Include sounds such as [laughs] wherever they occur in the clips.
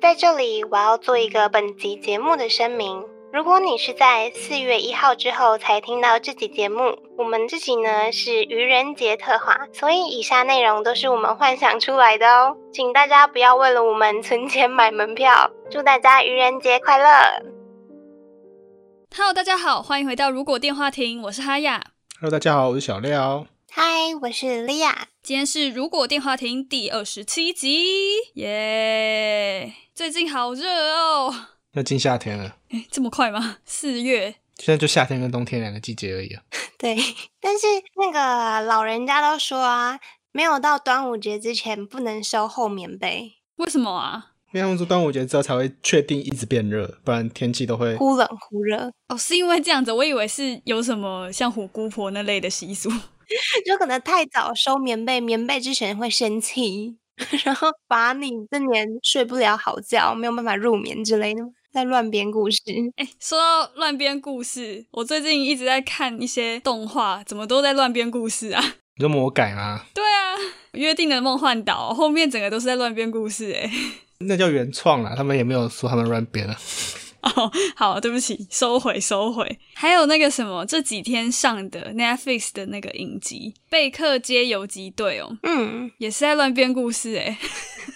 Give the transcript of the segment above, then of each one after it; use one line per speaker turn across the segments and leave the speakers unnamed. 在这里，我要做一个本集节目的声明。如果你是在四月一号之后才听到这集节目，我们这集呢是愚人节特化，所以以下内容都是我们幻想出来的哦，请大家不要为了我们存钱买门票。祝大家愚人节快乐！
Hello，大家好，欢迎回到《如果电话亭》，我是哈雅。
Hello，大家好，我是小廖。
嗨，我是莉亚。
今天是《如果电话亭》第二十七集，耶、最近好热哦，
要进夏天了，
诶这么快吗？四月
现在就夏天跟冬天两个季节而已啊。
对， [laughs] 但是那个老人家都说啊，没有到端午节之前不能收厚棉被，
为什么啊？
因为他们说端午节之后才会确定一直变热，不然天气都会。
忽冷忽热，
哦，是因为这样子，我以为是有什么像虎姑婆那类的习俗。 [laughs]
就可能太早收棉被，棉被之前会生气， [laughs] 然后罚你这年睡不了好觉，没有办法入眠之类的吗，在乱编故事。
哎、说到乱编故事，我最近一直在看一些动画，怎么都在乱编故事啊？
你说魔改吗？
对啊，《约定的梦幻岛》后面整个都是在乱编故事、诶
那叫原创啦，他们也没有说他们乱编啊。
[laughs] 哦，好，对不起，收回，收回。还有那个什么，这几天上的 Netflix 的那个影集《贝克街游击队》哦，
嗯， [laughs]
也是在乱编故事诶、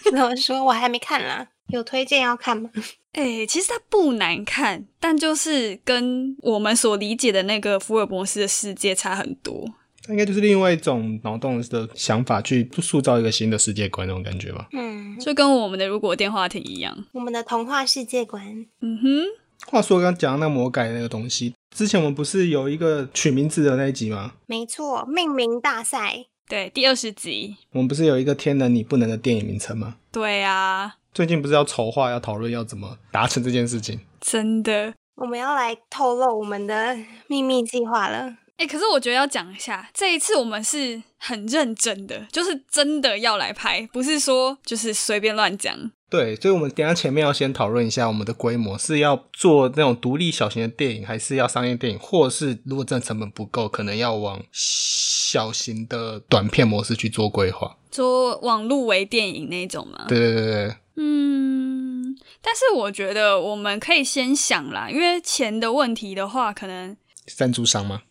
怎么说？我还没看啦，有推荐要看吗？
诶、其实它不难看，但就是跟我们所理解的那个福尔摩斯的世界差很多。
那应该就是另外一种脑洞的想法去塑造一个新的世界观那种感觉吧。
嗯，
就跟我们的如果电话亭一样。
我们的童话世界观，
嗯哼，
话说刚刚讲到那魔改的那个东西，之前我们不是有一个取名字的那一集吗？
没错，命名大赛。
对，第二十集。
我们不是有一个天能你不能的电影名称吗？
对啊，
最近不是要筹划要讨论要怎么达成这件事情？
真的。
我们要来透露我们的 [laughs] 秘密计划了。
诶、哎可是我觉得要讲一下，这一次我们是很认真的，就是真的要来拍，不是说就是随便乱讲。
对，所以，我们等一下前面要先讨论一下我们的规模是要做那种独立小型的电影，还是要商业电影，或是如果真的成本不够，可能要往小型的短片模式去做规划。
说网路为电影那种吗？
对对对对，
嗯，但是我觉得我们可以先想啦，因为钱的问题的话，可能
赞助商吗？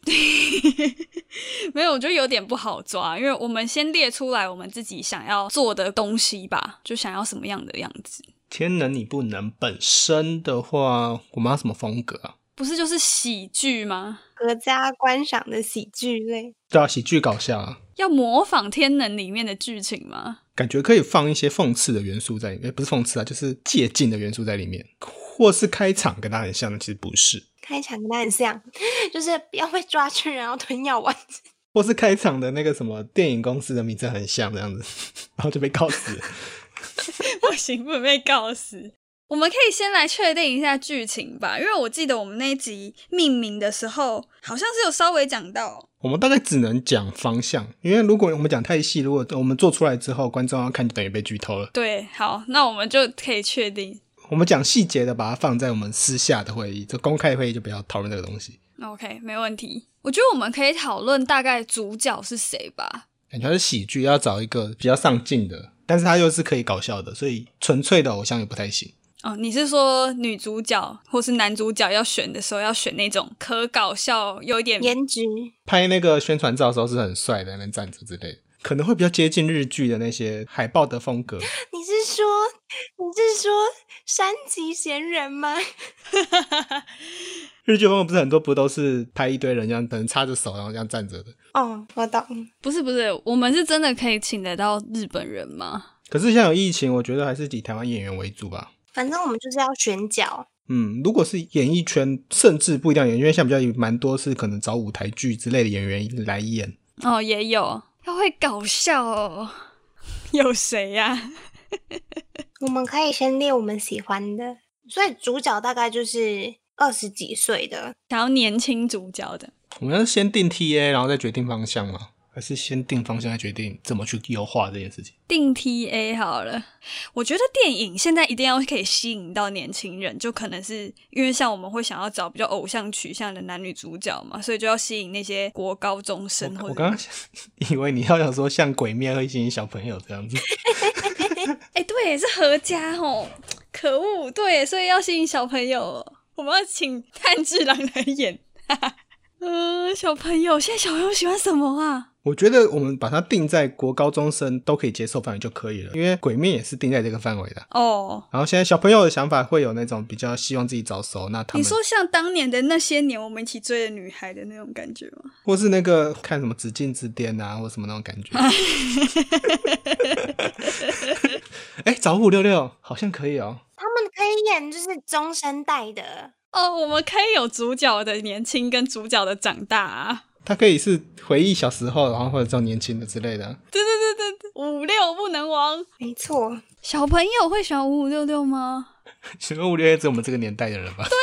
没有，我觉得有点不好抓，因为我们先列出来我们自己想要做的东西吧，就想要什么样的样子，
天能你不能本身的话，我们要什么风格啊？
不是就是喜剧吗？
合家观赏的喜剧类，
对啊，喜剧搞笑啊，
要模仿《天能》里面的剧情吗？
感觉可以放一些讽刺的元素在里面，不是讽刺啊，就是借镜的元素在里面，或是开场跟它很像的，其实不是。
开场跟它很像， [laughs] 就是不要被抓去，然后吞药丸。 [laughs]
或是开场的那个什么电影公司的名字很像这样子，然后就被告死了。
[laughs] 不行，不能被告死。我们可以先来确定一下剧情吧，因为我记得我们那一集命名的时候，好像是有稍微讲到，
我们大概只能讲方向，因为如果我们讲太细，如果我们做出来之后，观众要看就等于被剧透了。
对，好，那我们就可以确定。
我们讲细节的，把它放在我们私下的会议，就公开会议就不要讨论这个东西。
OK，没问题。我觉得我们可以讨论大概主角是谁吧。
感觉它是喜剧，要找一个比较上进的，但是它又是可以搞笑的，所以纯粹的偶像也不太行。
哦，你是说女主角或是男主角要选的时候，要选那种可搞笑，有一点
颜值
拍那个宣传照的时候是很帅的，在那边站着之类的，可能会比较接近日剧的那些海报的风格。
你是说你是说山崎贤人吗？
日剧风格不是很多，不都是拍一堆人这样，可能插着手，然后这样站着的。
[laughs] 哦，我懂。
不是不是，我们是真的可以请得到日本人吗？
可是现在有疫情，我觉得还是以台湾演员为主吧。
反正我们就是要选角，
嗯，如果是演艺圈，甚至不一定要演，因为现在比较蛮多是可能找舞台剧之类的演员来演。
哦，也有，要会搞笑哦。 [laughs] 有谁呀、
我们可以先列我们喜欢的。所以主角大概就是二十几岁的，
想要年轻主角的，
我们要先定 T A，然后再决定方向嘛。还是先定方向再决定怎么去优化这件事情？
定 TA 好了，我觉得电影现在一定要可以吸引到年轻人，就可能是因为像我们会想要找比较偶像取向的男女主角嘛，所以就要吸引那些国高中生
我
[laughs] 或
我
者
刚刚 [laughs] 以为你要想说像鬼面和一些小朋友这样子， [laughs]
哎、对，是合家哦，可恶，对，所以要吸引小朋友哦，我们要请炭治郎来演。 [laughs] 嗯、小朋友，现在小朋友喜欢什么啊？
我觉得我们把它定在国高中生都可以接受范围就可以了，因为鬼面也是定在这个范围的。啊
哦、
然后现在小朋友的想法会有那种比较希望自己早熟，那他
你
们
说像当年的那些年我们一起追的女孩的那种感觉吗？
或是那个看什么《紫禁之巅》啊，或什么那种
[laughs]
感觉。哎、找五六六好像可以哦。
他们可以演就是中生代的，
哦，我们可以有主角的年轻跟主角的长大啊。
他可以是回忆小时候，然后或者这种年轻的之类的。
对对对对对，五六不能亡。
没错。
小朋友会喜欢五五六六吗？
请问五六六只有我们这个年代的人吧？对，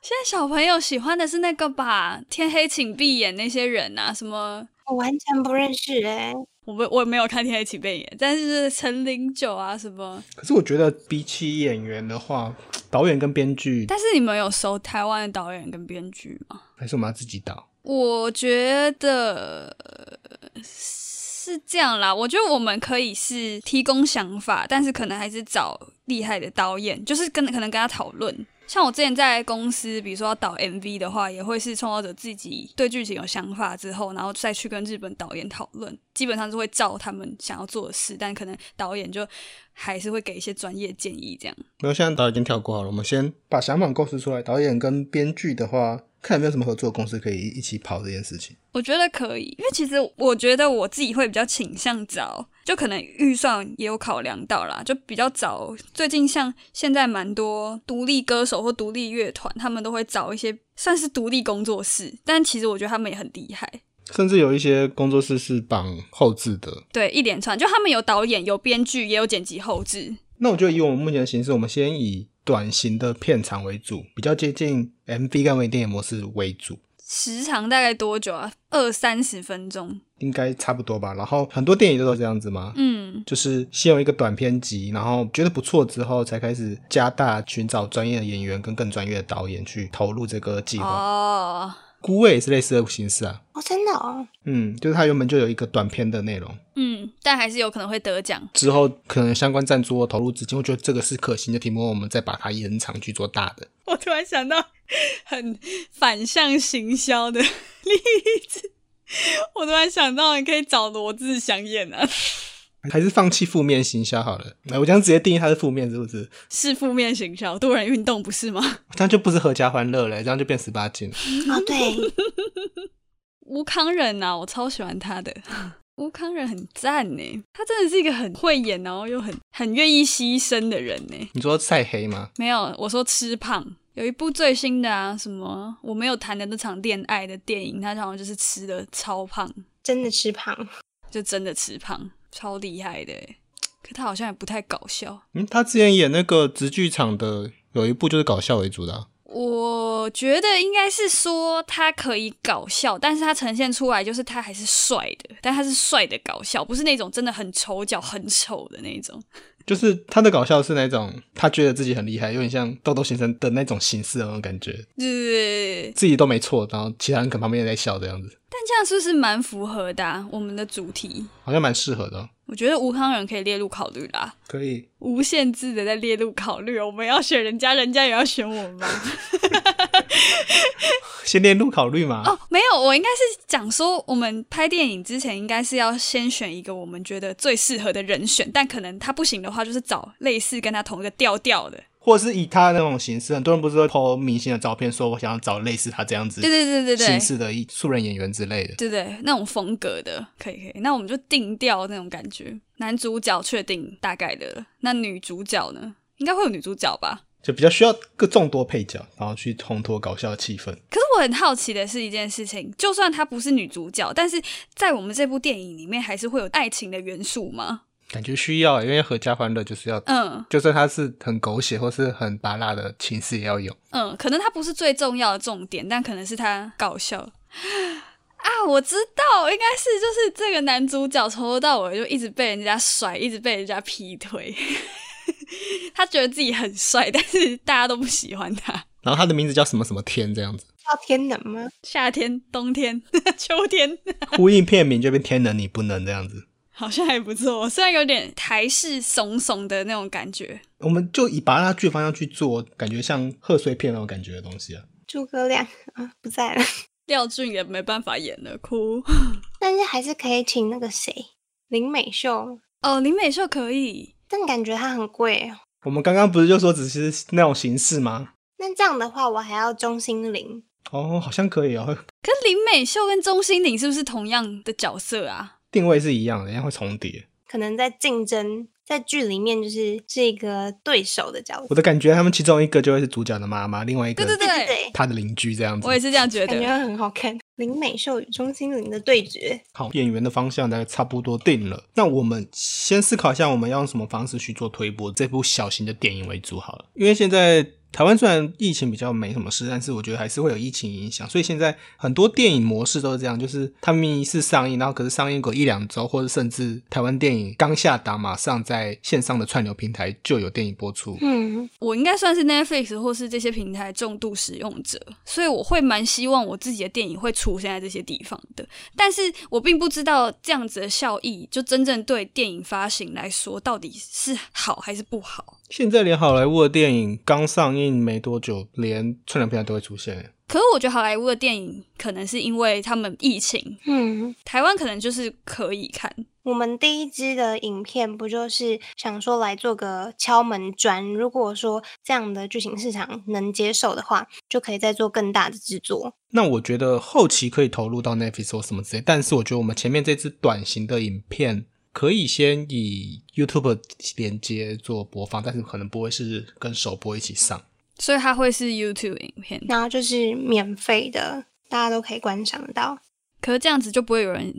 现在小朋友喜欢的是那个吧，天黑请闭眼那些人啊，什么
我完全不认识哎、
我不我没有看《天黑请闭眼》，但是陈零九啊什么，
可是我觉得比起演员的话，导演跟编剧
但是你们有熟台湾的导演跟编剧吗？
还是我们要自己导。
我觉得呃是这样啦，我觉得我们可以是提供想法，但是可能还是找厉害的导演，就是跟可能跟他讨论。像我之前在公司，比如说要导 MV 的话，也会是创作者自己对剧情有想法之后，然后再去跟日本导演讨论，基本上是会照他们想要做的事，但可能导演就还是会给一些专业建议这样。
没有，现在导演已经跳过好了，我们先把想法构思出来。导演跟编剧的话，看有没有什么合作公司可以一起跑这件事情。
我觉得可以，因为其实我觉得我自己会比较倾向找，就可能预算也有考量到啦，就比较找。最近像现在蛮多独立歌手或独立乐团，他们都会找一些算是独立工作室，但其实我觉得他们也很厉害。
甚至有一些工作室是绑后置的。
对，一连串就他们有导演、有编剧，也有剪辑后置。
那我觉得以我们目前的形式，我们先以短型的片长为主，比较接近 MV 跟微电影模式为主。
时长大概多久啊？二三十分钟。
应该差不多吧，然后很多电影都是这样子嘛，
嗯，
就是先有一个短片集，然后觉得不错之后，才开始加大寻找专业的演员跟更专业的导演去投入这个计划。
哦，
孤味也是类似的形式啊，
哦，真的哦，
嗯，就是它原本就有一个短片的内容，
嗯，但还是有可能会得奖。
之后可能相关赞助或投入资金，我觉得这个是可行的题目，我们再把它延长去做大的。
我突然想到很反向行销的例子，我突然想到你可以找罗志祥演啊，
还是放弃负面行销好了，哎，我这样直接定义它是负面是不是？
是负面行销，多人运动不是吗？
这样就不是合家欢乐了，这样就变十八禁了。
哦 [laughs] 对，
吴康仁啊，我超喜欢他的。吴康仁很赞呢，他真的是一个很会演，然后又很很愿意牺牲的人呢。
你说晒黑吗？
没有，我说吃胖。有一部最新的啊，什么我没有谈的那场恋爱的电影，他好像就是吃的超胖，
真的吃胖，
就真的吃胖，超厉害的欸。可他好像也不太搞笑，
嗯，他之前演那个直剧场的有一部就是搞笑为主的啊、
我觉得应该是说他可以搞笑，但是他呈现出来就是他还是帅的，但他是帅的搞笑，不是那种真的很丑角、很丑的那种。
就是他的搞笑是那种他觉得自己很厉害，有点像豆豆先生的那种形式的那种感觉，
对，
自己都没错，然后其他人可能旁边也在笑这样子，
但这样是不是蛮符合的啊、我们的主题？
好像蛮适合的哦、
我觉得吴康仁可以列入考虑啦，
可以，
无限制的在列入考虑哦。我们要选人家，人家也要选我们吧。
先列入考虑嘛。
哦，没有，我应该是讲说，我们拍电影之前应该是要先选一个我们觉得最适合的人选，但可能他不行的话，就是找类似跟他同一个调调的。
或者是以他那种形式，很多人不是会 po 明星的照片，说我想要找类似他这样子
对对对对
形
对，
式的一素人演员之类的。
对对，那种风格的，可以可以。那我们就定调那种感觉，男主角确定大概的了，那女主角呢？应该会有女主角吧？
就比较需要个众多配角，然后去烘托搞笑的气氛。
可是我很好奇的是一件事情，就算她不是女主角，但是在我们这部电影里面，还是会有爱情的元素吗？
感觉需要欸，因为合家欢乐就是要
嗯
就算他是很狗血或是很拔辣的情势也要有。
嗯，可能它不是最重要的重点，但可能是它搞笑。啊，我知道，应该是就是这个男主角从头到尾就一直被人家甩，一直被人家劈腿。 [laughs] 他觉得自己很帅，但是大家都不喜欢他。
然后他的名字叫什么什么天这样
[laughs]
子，
叫天能吗？
夏天、冬天、 [laughs] 秋天，
呼应片名就变天能你不能这样子。
好像还不错，虽然有点台式怂怂的那种感觉。
我们就以拔拉剧的方向去做，感觉像贺岁片那种感觉的东西啊。
诸葛亮啊不在了， [laughs]
廖俊也没办法演了，哭。
但是还是可以请那个谁林美秀，
哦，林美秀可以，
但感觉她很贵哦。
我们刚刚不是就说只是那种形式吗？
那这样的话，我还要钟心凌，
哦，好像可以哦，
可是林美秀跟钟欣凌是不是同样的角色啊？
定位是一样的，人家会重叠。
可能在竞争，在剧里面就是是一个对手的角
我
色。
的感觉，他们其中一个就会是主角的妈妈，另外一个
对对
对
对，
对，
他的邻居这样子。
我也是这样觉
感觉
得。
会很好看。林美秀与钟欣凌的对决，
好，演员的方向大概差不多定了。那我们先思考一下，我们要用什么方式去做推播这部小型的电影为主好了。因为现在台湾虽然疫情比较没什么事，但是我觉得还是会有疫情影响，所以现在很多电影模式都是这样，就是他们是上映，然后可是上映个一两周，或者甚至台湾电影刚下档，马上在线上的串流平台就有电影播出。
嗯，
我应该算是 Netflix 或是这些平台重度使用者，所以我会蛮希望我自己的电影会出现在这些地方的。但是我并不知道这样子的效益，就真正对电影发行来说到底是好还是不好。
现在连好莱坞的电影刚上映没多久，连串流平台都会出现。
可是我觉得好莱坞的电影可能是因为他们疫情，
嗯，
台湾可能就是可以看，
我们第一支的影片不就是想说来做个敲门砖？如果说这样的剧情市场能接受的话，就可以再做更大的制作。
那我觉得后期可以投入到 Netflix 或什么之类，但是我觉得我们前面这支短型的影片可以先以 YouTube 连接做播放，但是可能不会是跟首播一起上。
所以它会是 YouTube 影片。
然后就是免费的，大家都可以观赏得到。
可是这样子就不会有人，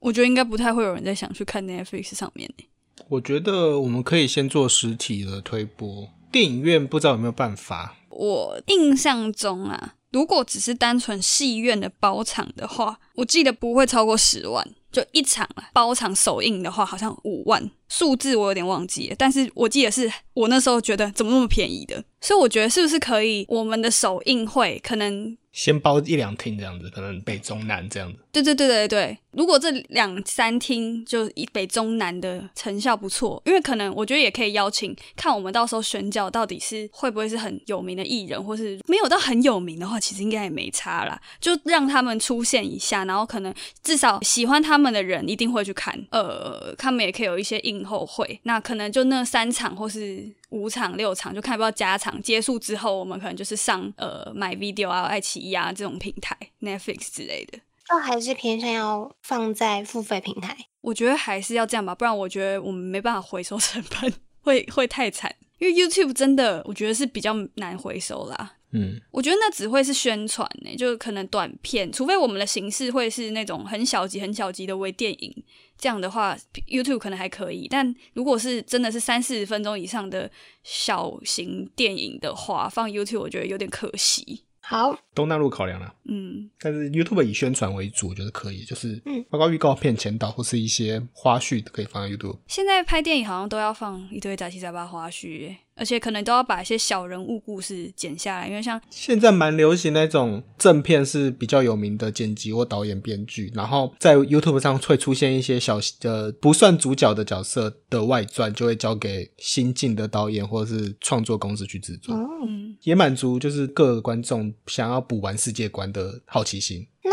我觉得应该不太会有人在想去看 Netflix 上面欸
我觉得我们可以先做实体的推播，电影院不知道有没有办法。
我印象中啊，如果只是单纯戏院的包场的话，我记得不会超过十万，就一场啊。包场首映的话，好像五万，数字我有点忘记了，但是我记得是我那时候觉得怎么那么便宜的，所以我觉得是不是可以我们的首映会可能。
先包一两厅这样子，可能北中南这样子。
对对对对对，如果这两三厅就以北中南的成效不错，因为可能我觉得也可以邀请，看我们到时候选角到底是会不会是很有名的艺人，或是没有到很有名的话，其实应该也没差啦，就让他们出现一下，然后可能至少喜欢他们的人一定会去看，呃，他们也可以有一些映后会，那可能就那三场或是。五场六场就看不到加场，结束之后我们可能就是上呃买 video 啊、爱奇艺啊这种平台、Netflix 之类的。
就还是偏向要放在付费平台。
我觉得还是要这样吧，不然我觉得我们没办法回收成本，会会太惨。因为 YouTube 真的，我觉得是比较难回收啦。
嗯，
我觉得那只会是宣传呢、就可能短片，除非我们的形式会是那种很小集、很小集的微电影，这样的话 YouTube 可能还可以。但如果是真的是三四十分钟以上的小型电影的话，放 YouTube 我觉得有点可惜。
好，
都纳入考量了。
嗯，
但是 YouTube 以宣传为主，我觉得可以，就是
嗯
包括预告片、前导或是一些花絮可以放在 YouTube。
现在拍电影好像都要放一堆杂七杂八花絮欸，而且可能都要把一些小人物故事剪下来，因为像
现在蛮流行那种正片是比较有名的剪辑或导演、编剧，然后在 YouTube 上会出现一些小呃不算主角的角色的外传，就会交给新进的导演或是创作公司去制作，
哦，
嗯，
也满足就是各个观众想要补完世界观的好奇心。
那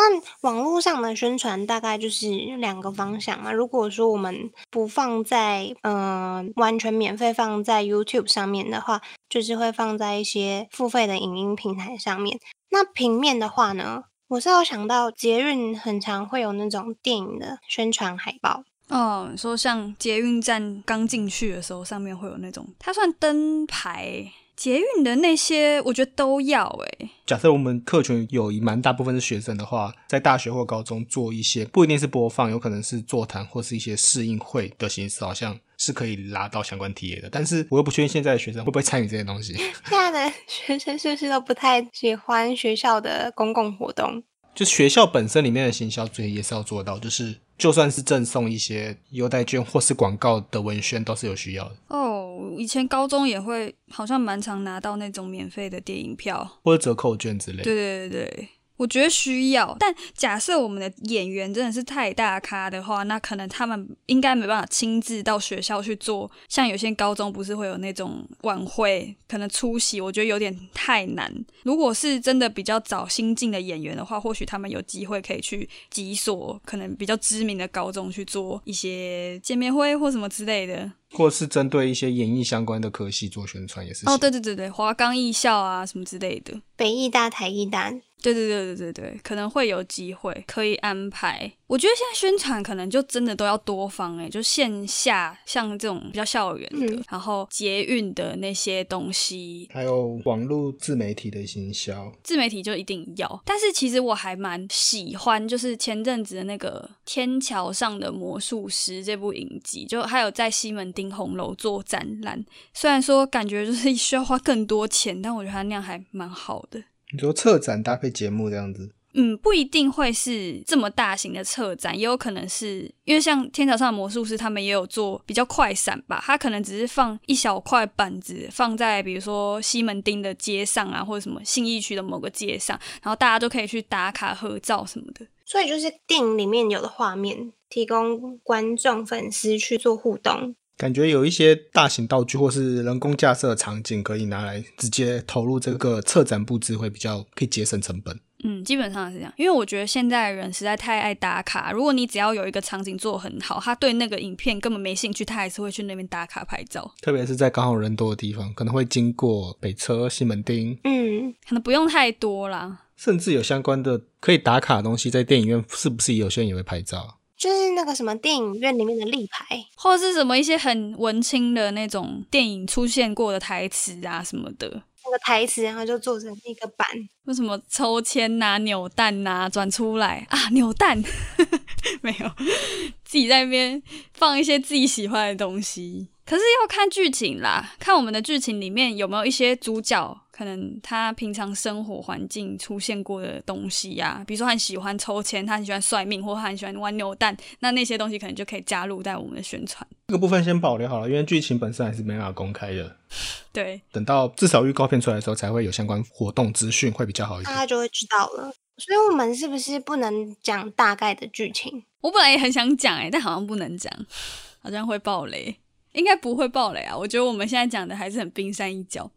网络上的宣传大概就是两个方向嘛。如果说我们不放在呃完全免费放在 YouTube 上面的话，就是会放在一些付费的影音平台上面。那平面的话呢，我是有想到捷运很常会有那种电影的宣传海报，
哦，你说像捷运站刚进去的时候，上面会有那种，它算灯牌。捷运的那些，我觉得都要欸诶、
假设我们客群有一蛮大部分是学生的话，在大学或高中做一些不一定是播放，有可能是座谈或是一些试映会的形式，好像是可以拉到相关 TA 的。但是我又不确定现在的学生会不会参与这些东西。 [laughs]
[laughs] 现在的学生是不是都不太喜欢学校的公共活动？
就学校本身里面的行销作业也是要做到，就是就算是赠送一些优待券或是广告的文宣，都是有需要的，
哦，以前高中也会，好像蛮常拿到那种免费的电影票。
或者折扣券之类。
对对对对，我觉得需要。但假设我们的演员真的是太大咖的话，那可能他们应该没办法亲自到学校去做。像有些高中不是会有那种晚会，可能出席，我觉得有点太难。如果是真的比较早新进的演员的话，或许他们有机会可以去几所可能比较知名的高中去做一些见面会或什么之类的。
或是针对一些演艺相关的科系做宣传也是
哦，
行
对对对对，华冈艺校啊什么之类的。
北艺大、台艺大，
对对对对对对，可能会有机会可以安排。我觉得现在宣传可能就真的都要多方诶、就线下像这种比较校园的，
嗯
然后捷运的那些东西，
还有网络自媒体的行销，
自媒体就一定要。但是其实我还蛮喜欢，就是前阵子的那个《天桥上的魔术师》这部影集，就还有在西门町红楼做展览。虽然说感觉就是需要花更多钱，但我觉得它那样还蛮好的。
你说策展搭配节目这样子，
嗯，不一定会是这么大型的策展，也有可能是因为像天桥上的魔术师，他们也有做比较快闪吧，他可能只是放一小块板子放在比如说西门町的街上啊，或者什么信义区的某个街上，然后大家都可以去打卡合照什么的。
所以就是电影里面有的画面，提供观众粉丝去做互动。
感觉有一些大型道具或是人工架设的场景可以拿来直接投入这个策展布置，会比较可以节省成本。
嗯，基本上是这样，因为我觉得现在的人实在太爱打卡。如果你只要有一个场景做得很好，他对那个影片根本没兴趣，他还是会去那边打卡拍照。
特别是在刚好人多的地方，可能会经过北车、西门町，
嗯，
可能不用太多啦，
甚至有相关的可以打卡的东西，在电影院是不是有些人也会拍照？
就是那个什么电影院里面的立牌，
或者是什么一些很文青的那种电影出现过的台词啊什么的，
那个台词，然后就做成一个版。
为什么抽签呐、扭蛋呐、转出来 [laughs] 啊、扭蛋，没有， [laughs] 自己在那边放一些自己喜欢的东西。可是要看剧情啦，看我们的剧情里面有没有一些主角可能他平常生活环境出现过的东西呀、比如说他很喜欢抽签，他很喜欢算命，或他很喜欢玩扭蛋，那那些东西可能就可以加入在我们的宣传。
这个部分先保留好了，因为剧情本身还是没办法公开的。
对，
等到至少预告片出来的时候，才会有相关活动资讯，会比较好一
大
点。
家就会知道了。所以我们是不是不能讲大概的剧情？
我本来也很想讲哎、但好像不能讲，好像会爆雷。应该不会爆雷啊，我觉得我们现在讲的还是很冰山一角。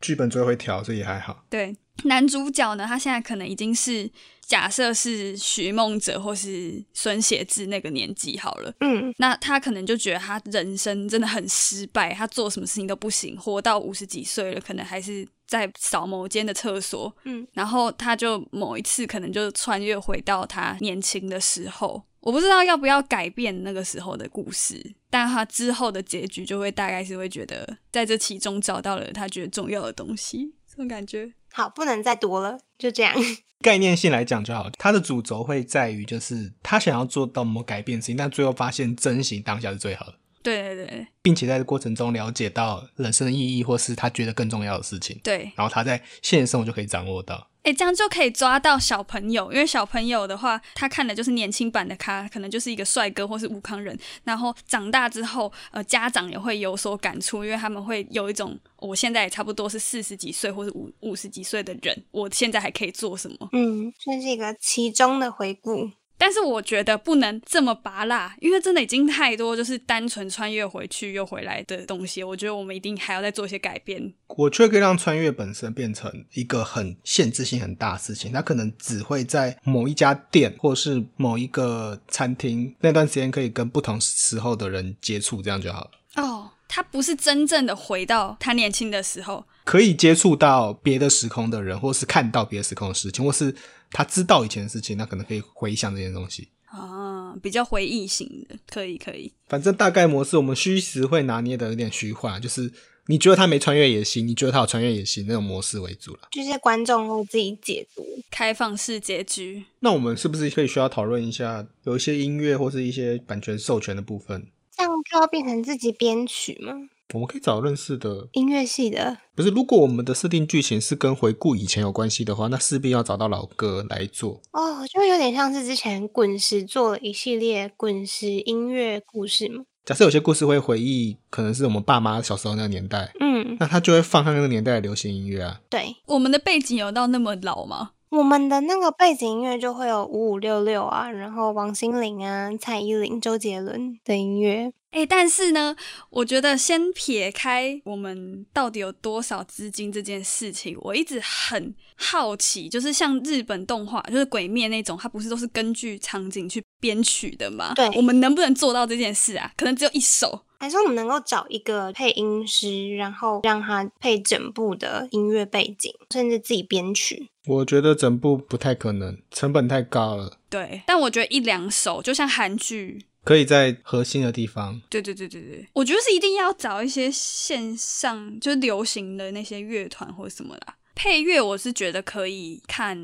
剧本最后会调，所以也还好。
对，男主角呢，他现在可能已经是假设是徐梦哲或是孙协志那个年纪好了。
嗯，
那他可能就觉得他人生真的很失败，他做什么事情都不行，活到五十几岁了，可能还是在扫某间的厕所，
嗯，
然后他就某一次可能就穿越回到他年轻的时候，我不知道要不要改变那个时候的故事，但他之后的结局就会大概是会觉得在这其中找到了他觉得重要的东西，这种感觉。
好，不能再多了，就这样。 [laughs]
概念性来讲就好，它的主轴会在于就是他想要做到某改变的事情，但最后发现珍惜当下是最好的，
对对对
并且在这过程中了解到人生的意义，或是他觉得更重要的事情，
对，
然后他在现实生活就可以掌握到。
哎，这样就可以抓到小朋友，因为小朋友的话，他看的就是年轻版的咖，可能就是一个帅哥或是武康人。然后长大之后，呃，家长也会有所感触，因为他们会有一种，我现在也差不多是四十几岁或是五五十几岁的人，我现在还可以做什么？
嗯，算是一个其中的回顾。
但是我觉得不能这么拔辣，因为真的已经太多，就是单纯穿越回去又回来的东西。我觉得我们一定还要再做一些改变。
我却可以让穿越本身变成一个很限制性很大的事情，它可能只会在某一家店或是某一个餐厅那段时间可以跟不同时候的人接触，这样就好了。
哦，他不是真正的回到他年轻的时候，
可以接触到别的时空的人，或是看到别的时空的事情，或是他知道以前的事情，那可能可以回想这些东西。
啊，比较回忆型的，可以可以。
反正大概模式，我们虚实会拿捏的有点虚幻，就是你觉得他没穿越也行，你觉得他有穿越也行，那种模式为主了。
就是观众会自己解读，
开放式结局。
那我们是不是可以需要讨论一下，有一些音乐或是一些版权授权的部分？
这样就要变成自己编曲吗？
我们可以找认识的，
音乐系的，
不是？如果我们的设定剧情是跟回顾以前有关系的话，那势必要找到老歌来做。
哦，就有点像是之前滚石做了一系列滚石音乐故事嘛。
假设有些故事会回忆，可能是我们爸妈小时候那个年代，
嗯，
[laughs] 那他就会放上那个年代的流行音乐啊。
对，
我们的背景有到那么老吗？
我们的那个背景音乐就会有五五六六啊，然后王心凌啊、蔡依林、周杰伦的音乐。
哎、但是呢，我觉得先撇开我们到底有多少资金这件事情，我一直很好奇，就是像日本动画，就是《鬼灭》那种，它不是都是根据场景去编曲的吗？
对
我们能不能做到这件事啊？可能只有一首。
还是我们能够找一个配音师，然后让他配整部的音乐背景，甚至自己编曲。
我觉得整部不太可能，成本太高了。
对，但我觉得一两首，就像韩剧，
可以在核心的地方，
对对对对对，我觉得是一定要找一些线上就是流行的那些乐团或什么啦。配乐我是觉得可以看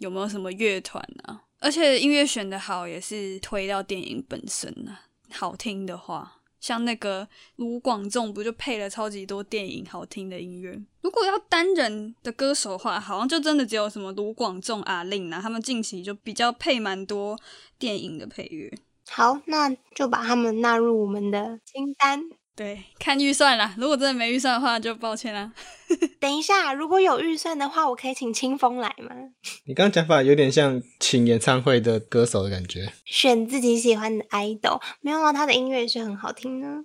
有没有什么乐团啊，而且音乐选的好也是推到电影本身啊。好听的话，像那个卢广仲不就配了超级多电影好听的音乐？如果要单人的歌手的话，好像就真的只有什么卢广仲、阿令啊，他们近期就比较配蛮多电影的配乐。
好，那就把他们纳入我们的清单。
对，看预算啦。如果真的没预算的话，就抱歉啦。
等一下，如果有预算的话，我可以请清风来吗？
你刚刚讲法有点像请演唱会的歌手的感觉。
选自己喜欢的 idol，没有啊，他的音乐也是很好听啊呢。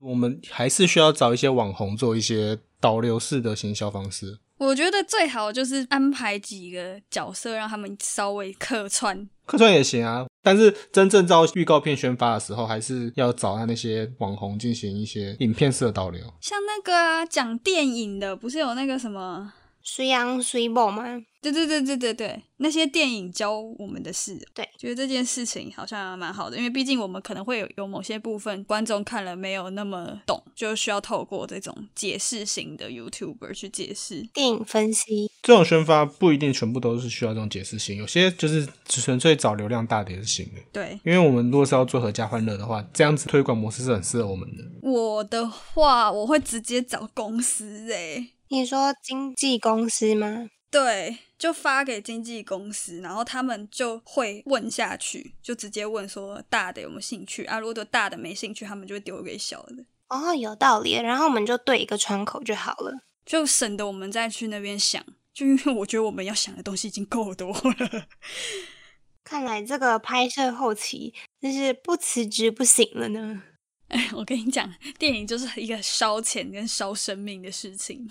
我们还是需要找一些网红做一些导流式的行销方式。
我觉得最好就是安排几个角色，让他们稍微客串。
客串也行啊，但是真正照预告片宣发的时候，还是要找他那些网红进行一些影片式的导流。
像那个啊，讲电影的，不是有那个什么？
虽阳虽某吗？
对对对对对对，那些电影教我们的事，
对，
觉得这件事情好像蛮好的，因为毕竟我们可能会有有某些部分观众看了没有那么懂，就需要透过这种解释型的 YouTuber 去解释。
电影分析
这种宣发不一定全部都是需要这种解释性，有些就是纯粹找流量大的也是行的。啊
对，
因为我们如果是要做合家欢乐的话，这样子推广模式是很适合我们的。
我的话，我会直接找公司欸诶、
你说经纪公司吗？
对，就发给经纪公司，然后他们就会问下去，就直接问说大的有没有兴趣啊？如果大的没兴趣，他们就会丢给小的，
哦，有道理。然后我们就对一个窗口就好了。
就省得我们再去那边想。就因为我觉得我们要想的东西已经够多了， [laughs]
看来这个拍摄后期就是不辞职不行了呢。
我跟你讲，电影就是一个烧钱跟烧生命的事情。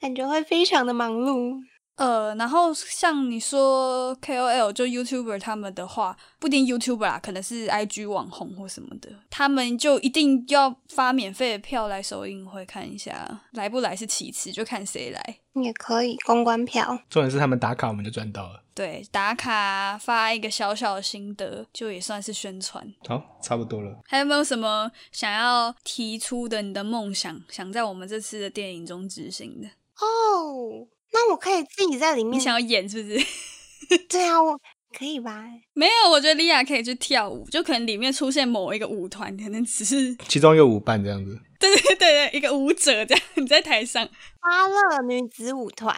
感觉会非常的忙碌。
呃，然后像你说 KOL 就 YouTuber 他们的话，不一定 YouTuber 啦，可能是 IG 网红或什么的，他们就一定要发免费的票来首映会看一下，来不来是其次，就看谁来。
也可以公关票，
重点是他们打卡，我们就赚到了。
对，打卡发一个小小的心得，就也算是宣传。
好，差不多了。
还有没有什么想要提出的你的梦想，想在我们这次的电影中执行的？
哦，那我可以自己在里
你
面。
想要演是不是？ [laughs]
对啊，我可以吧？
没有，我觉得莉亚可以去跳舞，就可能里面出现某一个舞团，可能只是
其中有舞伴这样子，
对对 [laughs] 对对，一个舞者这样，你在台上，
花乐女子舞团，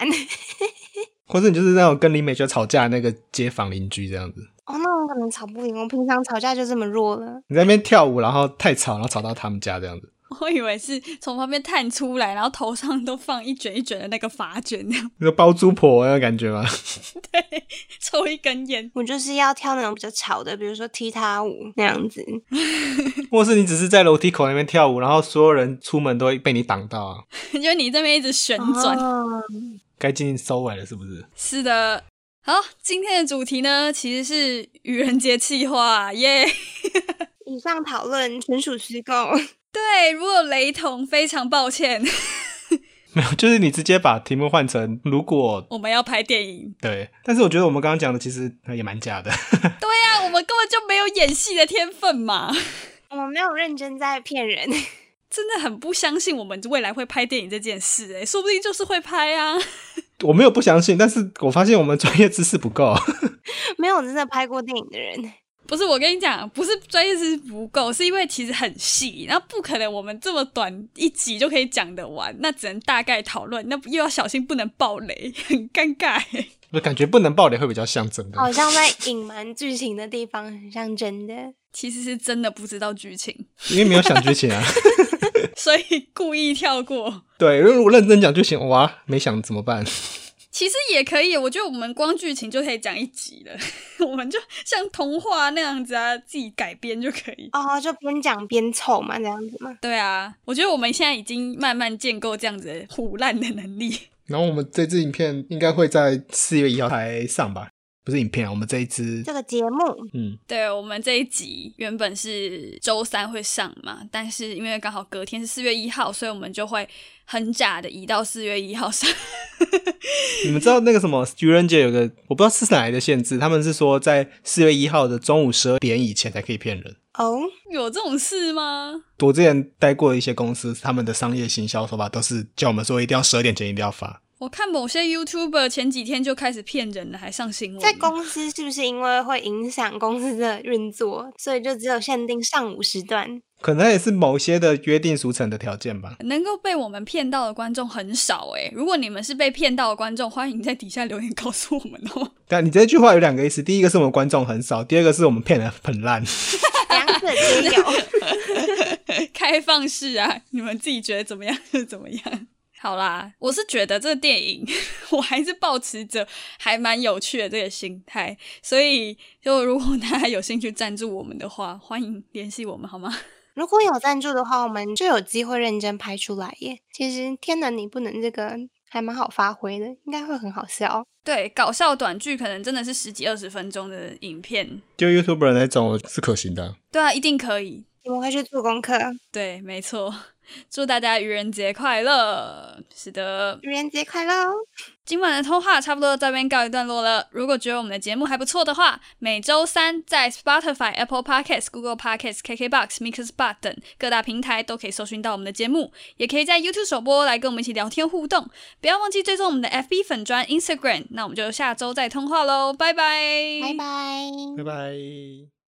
[laughs]
或者你就是那种跟李美秀吵架的那个街坊邻居这样子，
哦，那我可能吵不赢，我平常吵架就这么弱了。
你在那边跳舞，然后太吵，然后吵到他们家这样子，
我以为是从旁边探出来，然后头上都放一卷一卷的那个发卷，那样
那个包租婆那个感觉吗？
抽一根烟。
我就是要跳那种比较吵的，比如说踢踏舞那样子。
[laughs] 或是你只是在楼梯口那边跳舞，然后所有人出门都会被你挡到啊？
就你这边一直旋转。
哦
该进行收尾了是不是？ [laughs]
是的，好，今天的主题呢其实是愚人节气话，耶、
[laughs]
[laughs]
以上讨论纯属虚构。
对，如果雷同，非常抱歉，
没有，就是你直接把题目换成如果
我们要拍电影。
对，但是我觉得我们刚刚讲的其实呃也蛮假的，
对呀、我们根本就没有演戏的天分嘛，
我们没有认真在骗人， [laughs]
真的很不相信我们未来会拍电影这件事、诶，说不定就是会拍啊。
我没有不相信，但是我发现我们专业知识不够。 [laughs]
没有真的拍过电影的人。
不不是我跟你讲，不是专业知识不够，是因为其实很细，然后不可能我们这么短一集就可以讲得完，那只能大概讨论，那又要小心不能爆雷，很尴尬欸。
我感觉不能爆雷会比较像真的。
好像在隐瞒剧情的地方很像真的。
其实是真的不知道剧情，
因为没有想剧情啊。
所以故意跳过。
对，如果认真讲剧情，哇，没想怎么办？
其实也可以，我觉得我们光剧情就可以讲一集了， [laughs] 我们就像童话那样子啊，自己改编就可以。
哦，就边讲边凑嘛，这样子嘛。
对啊，我觉得我们现在已经慢慢建构这样子的胡烂的能力。
然后我们这支影片应该会在四月一号才上吧？不是影片啊，我们这一支，
这个节目
嗯，
对我们这一集原本是周三会上嘛，但是因为刚好隔天是四月一号，所以我们就会很假的移到四月一号上。 [laughs]
你们知道那个什么愚人节有个我不知道是哪来的限制，他们是说在四月一号的中午十二点以前才可以骗人。
哦，
有这种事吗？
我之前待过的一些公司，他们的商业行销手法都是叫我们说一定要十二点前一定要发。
我看某些 YouTuber 前几天就开始骗人了，还上新闻。
在公司是不是因为会影响公司的运作，所以就只有限定上午时段？
可能也是某些的约定俗成的条件吧。
[laughs] 能够被我们骗到的观众很少诶、如果你们是被骗到的观众，欢迎在底下留言告诉我们哦。
但你这句话有两个意思，第一个是我们观众很少，第二个是我们骗人很烂。
两者皆有。 [laughs]
[laughs] 开放式啊，你们自己觉得怎么样就怎么样。 [laughs] 好啦，我是觉得这个电影， [laughs] 我还是保持着还蛮有趣的这个心态，所以就如果大家有兴趣赞助我们的话，欢迎联系我们好吗？ [laughs]
如果有赞助的话，我们就有机会认真拍出来耶。其实天能你不能这个还蛮好发挥的，应该会很好笑。
对，搞笑短剧可能真的是十几二十分钟的影片，
就 YouTuber 那种是可行的啊、
对啊，一定可以。
你们会去做功课。
对，没错，祝大家愚人节快乐！是的，
愚人节快乐哦！
今晚的通话差不多到这边告一段落了。如果觉得我们的节目还不错的话，每周三在 Spotify、Apple Podcasts、Google Podcasts、KKBox、Mixerbox 等各大平台都可以搜寻到我们的节目，也可以在 YouTube 首播来跟我们一起聊天互动。不要忘记追踪我们的 FB 粉砖 Instagram。那我们就下周再通话喽，拜拜，
拜拜。
拜拜。